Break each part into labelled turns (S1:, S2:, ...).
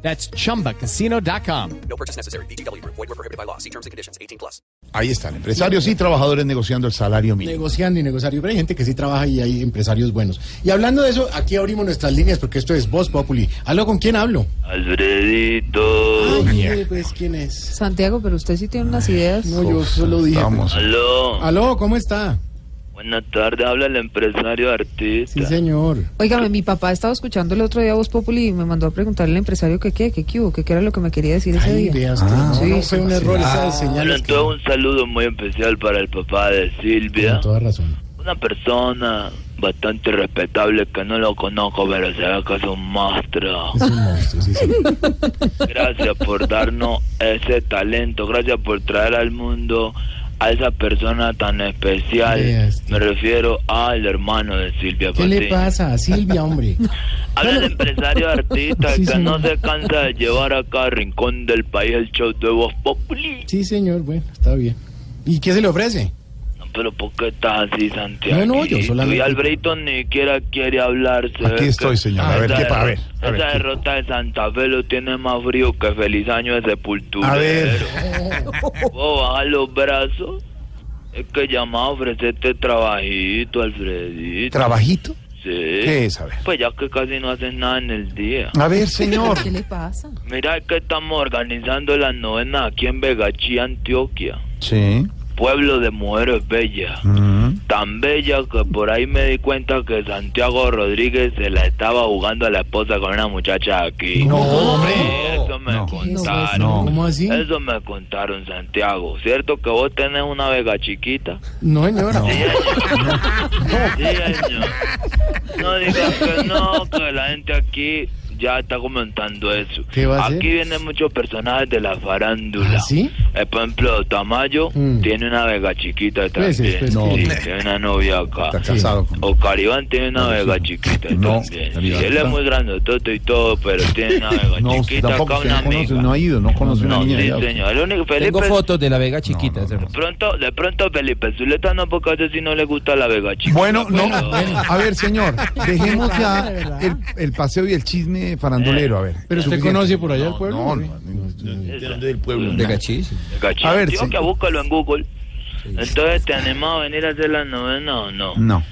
S1: That's chumbacasino.com.
S2: No purchase necessary. VGW Group. Void were prohibited by law. See terms and conditions. 18 plus.
S3: Ahí están, empresarios y trabajadores negociando el salario mínimo.
S4: Negociando y negociando, pero hay gente que sí trabaja y hay empresarios buenos. Y hablando de eso, aquí abrimos nuestras líneas porque esto es Voz Populi. ¿Aló con quién hablo?
S5: Alfredito,
S4: Ay, pues quién es.
S6: Santiago, pero usted sí tiene unas ideas.
S4: No, yo solo dije.
S3: Vamos.
S5: aló.
S4: Aló, ¿cómo está?
S5: Buenas tardes, habla el empresario artista.
S4: Sí, señor.
S6: Óigame, mi papá estaba escuchando el otro día Voz Populi y me mandó a preguntarle al empresario que qué, que qué hubo, que qué era lo que me quería decir ese
S4: Ay,
S6: día.
S4: vea usted, no,
S6: sí,
S4: no, Ah, fue un error esas
S5: Bueno,
S4: señales. que-
S5: entonces un saludo muy especial para el papá de Silvia.
S4: Con toda razón.
S5: Una persona bastante respetable que no lo conozco, pero se ve que es un monstruo.
S4: Es un monstruo, sí, sí.
S5: Gracias por darnos ese talento, gracias por traer al mundo a esa persona tan especial.
S4: Vea usted.
S5: Me refiero al hermano de Silvia
S4: ¿Qué le
S5: Patiño.
S4: pasa a Silvia, hombre?
S5: Habla el empresario artista
S4: Sí,
S5: que no
S4: señor.
S5: se cansa de llevar a cada rincón del país el show de Voz Populi.
S4: Sí, señor, bueno, está bien. ¿Y qué se le ofrece?
S5: No, pero ¿por qué estás así, Santiago?
S4: No, no, yo solamente-
S5: Y Alberto ni siquiera quiere hablarse.
S3: Aquí estoy, señor. A ver, ¿qué pa- a ver, a
S5: Esa
S3: ver, ¿qué?
S5: derrota de Santa Fe lo tiene más frío que feliz año de sepultura.
S3: A ver.
S5: ¿Puedo bajar los brazos? Es que llamaba a ofrecerte trabajito, Alfredito.
S3: ¿Trabajito?
S5: sí.
S3: ¿Qué es? A ver.
S5: Pues ya que casi no haces nada en el día.
S3: A ver, señor.
S6: ¿Qué le pasa?
S5: Mira es que estamos organizando las novenas aquí en Vegachí, Antioquia.
S3: Sí.
S5: Pueblo de mujeres bellas.
S3: Mm.
S5: Tan bellas que por ahí me di cuenta que Santiago Rodríguez se la estaba jugando a la esposa con una muchacha aquí.
S3: No, hombre.
S5: Sí, Eso me
S3: No.
S4: Ah,
S5: contaron.
S3: No.
S4: ¿Cómo así?
S5: Eso me contaron, Santiago. ¿Cierto que vos tenés una vega chiquita?
S4: No, señora.
S5: Sí, señor. No digas que no, que la gente aquí ya está comentando eso.
S4: ¿Qué va a hacer?
S5: aquí vienen muchos personajes de la farándula.
S4: ¿Ah, sí?
S5: Eh, por ejemplo, Tamayo
S4: Mm.
S5: tiene una vega chiquita también.
S4: Pues, pues,
S5: Sí,
S4: No.
S5: tiene una novia acá.
S3: Está casado con...
S5: Oscar Iván tiene una vega chiquita
S3: No,
S5: también. Sí,
S3: Iván.
S5: él es muy grande, toto y todo, pero tiene una vega
S3: No, usted
S5: chiquita
S3: tampoco,
S5: acá,
S3: usted
S5: una
S3: no conoce,
S5: amiga.
S3: no ha ido, no conoce una
S5: No,
S3: niña.
S5: sí,
S3: allá.
S5: señor. El único Felipe
S7: Tengo fotos de la Vega chiquita.
S3: no, no.
S7: hermano.
S5: Pronto, de pronto Felipe Zuleta no porque a ese sí no le gusta la vega chica.
S3: Bueno, no,
S5: Pero-
S3: a ver, señor, dejemos ya el, el paseo y el chisme farandolero, a ver.
S4: ¿Pero usted
S3: Suficiente.
S4: conoce por allá el
S3: No,
S4: pueblo,
S3: No,
S4: hombre?
S3: no, no, no, del pueblo.
S7: Vega
S3: nada.
S7: chis.
S5: Vega chica.
S3: a ver,
S5: Digo
S3: sí.
S5: que búscalo en Google. Entonces, ¿te animas a venir a hacer la novena o no?
S3: No.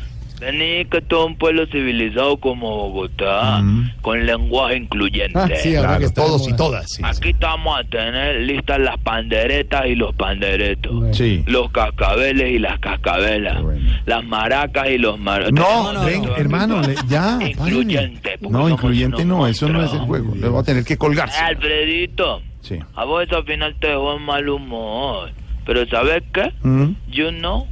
S5: Vení que todo un pueblo civilizado como Bogotá,
S3: Mm.
S5: con lenguaje incluyente.
S4: Ah, sí, ahora que
S3: Claro,
S4: está de
S3: todos y
S4: moda.
S3: todas. sí, sí.
S5: Aquí estamos a tener listas las panderetas y los panderetos.
S4: Bueno.
S3: Sí.
S5: Los cascabeles y las cascabelas.
S3: Qué bueno.
S5: Las maracas y los maracas.
S3: No, ven, hermano, le- ya.
S5: Incluyente,
S3: paren.
S5: porque
S3: No,
S5: somos
S3: incluyente
S5: unos
S3: no, eso no es el
S5: monstruos.
S3: juego. Le va a tener que colgarse.
S5: Alfredito,
S3: Sí.
S5: a vos eso al final te dejó en mal humor. Pero ¿sabes qué?
S3: Mm.
S5: Yo no.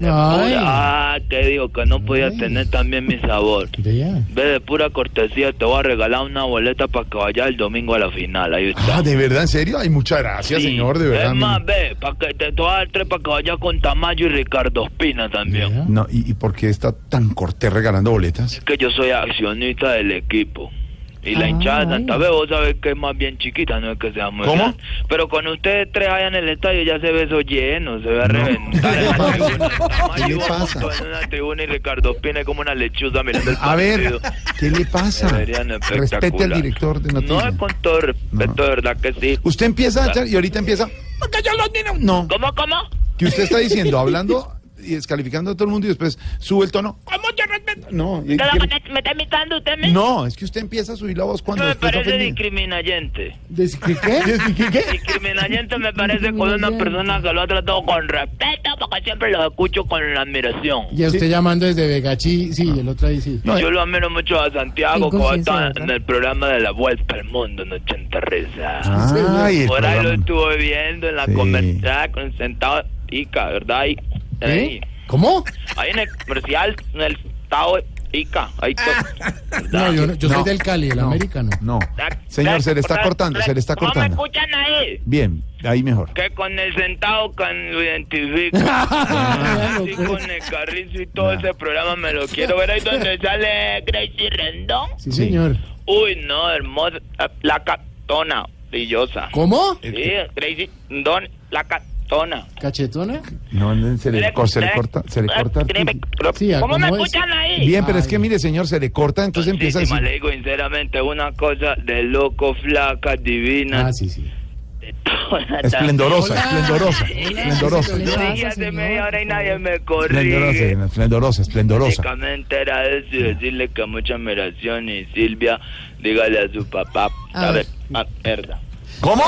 S4: Ay.
S5: Ah, que digo que no podía tener también mi sabor.
S4: Vea.
S5: Ve de pura cortesía, te voy a regalar una boleta para que vayas el domingo a la final. Ahí está.
S3: Ah, ¿de verdad? ¿En serio? Ay, muchas gracias,
S5: Sí.
S3: señor, de verdad.
S5: Es más,
S3: mi-
S5: ve, pa' que te, te voy a dar tres para que vayas con Tamayo y Ricardo Espina también.
S4: Vea.
S3: No, ¿y, y por qué está tan cortés regalando boletas?
S5: Es que yo soy accionista del equipo. Y la
S6: Ah,
S5: hinchada de
S6: bueno.
S5: Santa Fe, vos sabés que es más bien chiquita, no es que sea muy
S3: ¿Cómo?
S5: grande. Pero con ustedes tres allá en el estadio ya se ve eso lleno, se ve a reventar. en la tribuna. Tamayo
S3: ¿Qué le
S5: va
S3: pasa?
S5: montado En una tribuna y Ricardo Espina es como una lechuza mirando el
S3: A ver,
S5: partido.
S3: ¿qué le pasa?
S5: Deberían
S3: Respete al
S5: espectacular.
S3: director de
S5: No,
S3: noticias.
S5: es con todo respeto, de verdad que sí.
S3: Usted empieza a echar y ahorita empieza. Porque yo los niños. No,
S5: ¿Cómo, cómo?
S3: que usted está diciendo, hablando y descalificando a todo el mundo y después sube el tono. ¿Cómo yo respeto? No, y-
S5: ¿Qué
S3: que-
S5: lo que ¿Me está imitando usted mismo?
S3: no, es que usted empieza a subir la voz cuando
S5: Eso me
S3: usted está
S5: parece
S3: ofendido.
S5: discriminante.
S4: ¿Des- ¿Qué? qué?
S3: ¿Qué? qué?
S5: Discriminante me parece con una persona que lo ha tratado con respeto, porque siempre los escucho con admiración.
S4: Ya usted llamando desde Vegachí, sí, el otro ahí sí.
S3: No, eh.
S5: Yo lo admiro mucho a Santiago, que
S6: Qué
S5: va a
S6: conciencia,
S5: estar
S6: ¿verdad?
S5: en el programa de la Vuelta al Mundo en 80 Risas.
S3: Ay, Ah, el
S5: Por ahí lo
S3: programa.
S5: estuve viendo en la
S3: Sí.
S5: comercial, con sentado tica, ¿verdad? Ahí,
S4: ¿Eh?
S5: ahí,
S4: ¿Cómo?
S5: ahí en el comercial, en el estado Ica, ahí está.
S4: No, yo, no- yo
S3: No.
S4: soy del Cali, del
S3: No,
S4: América, ¿no?
S3: No. Señor, se le está cortando, se le está
S5: ¿Cómo me
S3: cortando.
S5: escuchan ahí?
S3: Bien, ahí mejor.
S5: Que con el sentado can lo identifico.
S3: Ah,
S5: Así
S3: pues.
S5: con el carrizo y todo ese programa me lo quiero ver ahí donde sale Gracie Rendón.
S4: Sí, señor.
S5: Uy, no, hermosa. La catona, brillosa.
S4: ¿Cómo?
S5: Sí,
S3: Eh,
S5: Gracie Rendón, la catona.
S4: ¿Cachetona?
S3: No, no, se le, cor- se le corta, se le corta.
S4: Sí, a
S5: ¿Cómo me
S4: como es.
S5: escuchan ahí?
S3: Bien, pero es que mire, señor, se le corta, entonces empieza a
S5: Sí, sí, le
S3: decir.
S5: digo sinceramente una cosa de loco, flaca, divina.
S4: Ah, sí, sí.
S5: de toda-
S3: Esplendorosa, esplendorosa, esplendorosa.
S6: Hola.
S5: Yo
S6: Pasa,
S5: dije hace
S6: señor,
S5: media hora y
S6: por
S5: nadie
S6: favor.
S5: me corrige.
S3: Esplendorosa, esplendorosa, esplendorosa.
S5: Básicamente era eso y decirle que mucha admiración y Silvia, dígale a su papá,
S6: A
S5: a ver,
S6: ver.
S5: más mierda.
S3: ¿Cómo?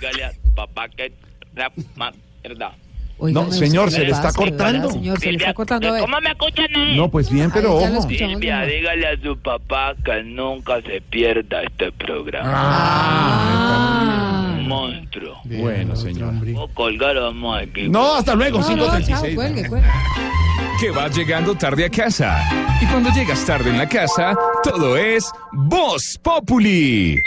S5: Dígale a papá que la más mierda.
S6: Oiga,
S3: No, señor,
S6: ¿qué
S3: se le está
S6: pasa? De verdad,
S3: cortando.
S6: Señor, se le está
S5: Silvia,
S6: cortando. eh. A ver,
S5: ¿Cómo me escuchan ahí?
S3: No, pues bien, pero
S6: Ahí ya lo
S3: ojo.
S6: escuchamos,
S5: Silvia,
S6: señor.
S5: dígale a su papá que nunca se pierda este programa.
S6: Ah.
S5: Monstruo.
S3: Bueno, señor.
S5: Vos colgar, vamos aquí.
S3: No, hasta luego,
S6: No, no, chao,
S3: 536.
S6: cuelgue, cuelgue.
S7: que va llegando tarde a casa. Y cuando llegas tarde en la casa, todo es Voz Populi.